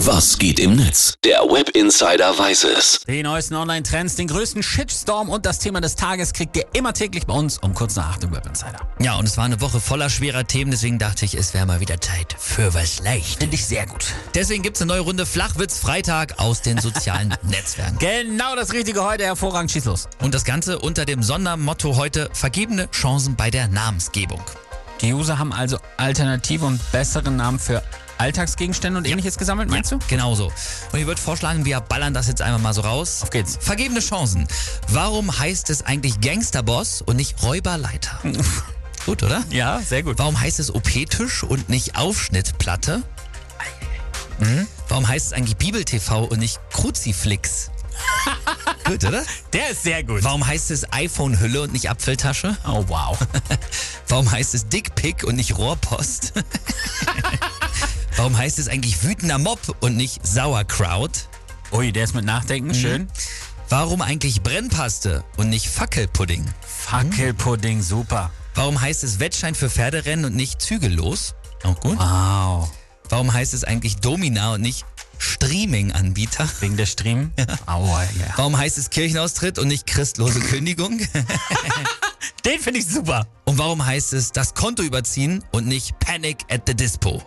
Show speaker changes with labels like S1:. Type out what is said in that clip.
S1: Was geht im Netz? Der Web Insider weiß es.
S2: Die neuesten Online-Trends, den größten Shitstorm und das Thema des Tages kriegt ihr immer täglich bei uns um kurz nach acht im Web Insider.
S3: Ja, und es war eine Woche voller schwerer Themen, deswegen dachte ich, es wäre mal wieder Zeit für was leicht.
S2: Finde ich sehr gut.
S3: Deswegen gibt's eine neue Runde Flachwitz Freitag aus den sozialen Netzwerken.
S2: Genau das Richtige heute, hervorragend, schieß los.
S3: Und das Ganze unter dem Sondermotto heute vergebene Chancen bei der Namensgebung.
S2: Die User haben also alternative und bessere Namen für Alltagsgegenstände und ähnliches gesammelt, meinst du?
S3: Genauso. Und ich würde vorschlagen, wir ballern das jetzt einmal mal so raus.
S2: Auf geht's.
S3: Vergebene Chancen. Warum heißt es eigentlich Gangsterboss und nicht Räuberleiter? Gut, oder?
S2: Ja, sehr gut.
S3: Warum heißt es OP-Tisch und nicht Aufschnittplatte? Mhm. Warum heißt es eigentlich Bibel-TV und nicht Kruziflix? Gut, oder?
S2: Der ist sehr gut.
S3: Warum heißt es iPhone-Hülle und nicht Apfeltasche?
S2: Oh wow.
S3: Warum heißt es Dickpick und nicht Rohrpost? Warum heißt es eigentlich wütender Mob und nicht Sauerkraut?
S2: Ui, der ist mit Nachdenken schön.
S3: Warum eigentlich Brennpaste und nicht Fackelpudding?
S2: Fackelpudding, super.
S3: Warum heißt es Wettschein für Pferderennen und nicht zügellos? Auch gut.
S2: Wow.
S3: Warum heißt es eigentlich Domina und nicht Streaming-Anbieter?
S2: Wegen der Stream? Aua, ja.
S3: Warum heißt es Kirchenaustritt und nicht christlose Kündigung?
S2: Den finde ich super.
S3: Und warum heißt es das Konto überziehen und nicht Panic at the Dispo?